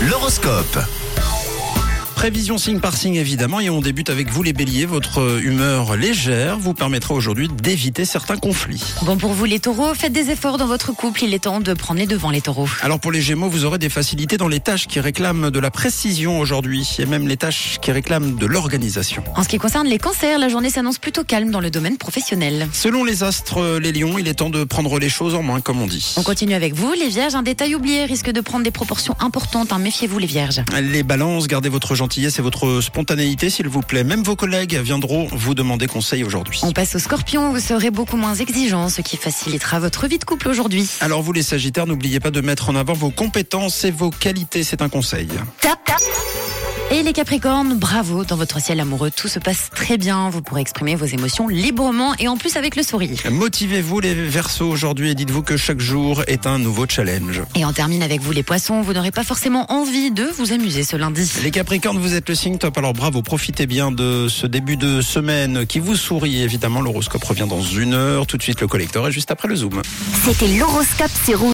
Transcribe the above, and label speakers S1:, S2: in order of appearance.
S1: l'horoscope.
S2: Prévision signe par signe évidemment et on débute avec vous les béliers. Votre humeur légère vous permettra aujourd'hui d'éviter certains conflits.
S3: Bon pour vous les taureaux, faites des efforts dans votre couple, il est temps de prendre les devants les taureaux.
S2: Alors pour les gémeaux, vous aurez des facilités dans les tâches qui réclament de la précision aujourd'hui et même les tâches qui réclament de l'organisation.
S3: En ce qui concerne les cancers, la journée s'annonce plutôt calme dans le domaine professionnel.
S2: Selon les astres, euh, les lions, il est temps de prendre les choses en main comme on dit.
S3: On continue avec vous, les vierges, un détail oublié risque de prendre des proportions importantes, hein, méfiez-vous les vierges.
S2: Les balances, gardez votre gentillesse et votre spontanéité s'il vous plaît. Même vos collègues viendront vous demander conseil aujourd'hui.
S3: On passe aux scorpions, vous serez beaucoup moins exigeant, ce qui facilitera votre vie de couple aujourd'hui.
S2: Alors vous les Sagittaires, n'oubliez pas de mettre en avant vos compétences et vos qualités, c'est un conseil.
S3: Et les Capricornes, bravo, dans votre ciel amoureux, tout se passe très bien. Vous pourrez exprimer vos émotions librement et en plus avec le sourire.
S2: Motivez-vous les Verseaux aujourd'hui et dites-vous que chaque jour est un nouveau challenge.
S3: Et on termine avec vous les poissons, vous n'aurez pas forcément envie de vous amuser ce lundi.
S2: Les Capricornes, vous êtes le signe top, alors bravo, profitez bien de ce début de semaine qui vous sourit. Évidemment, l'horoscope revient dans une heure, tout de suite le collecteur et juste après le zoom.
S4: C'était l'horoscope sur Rouge.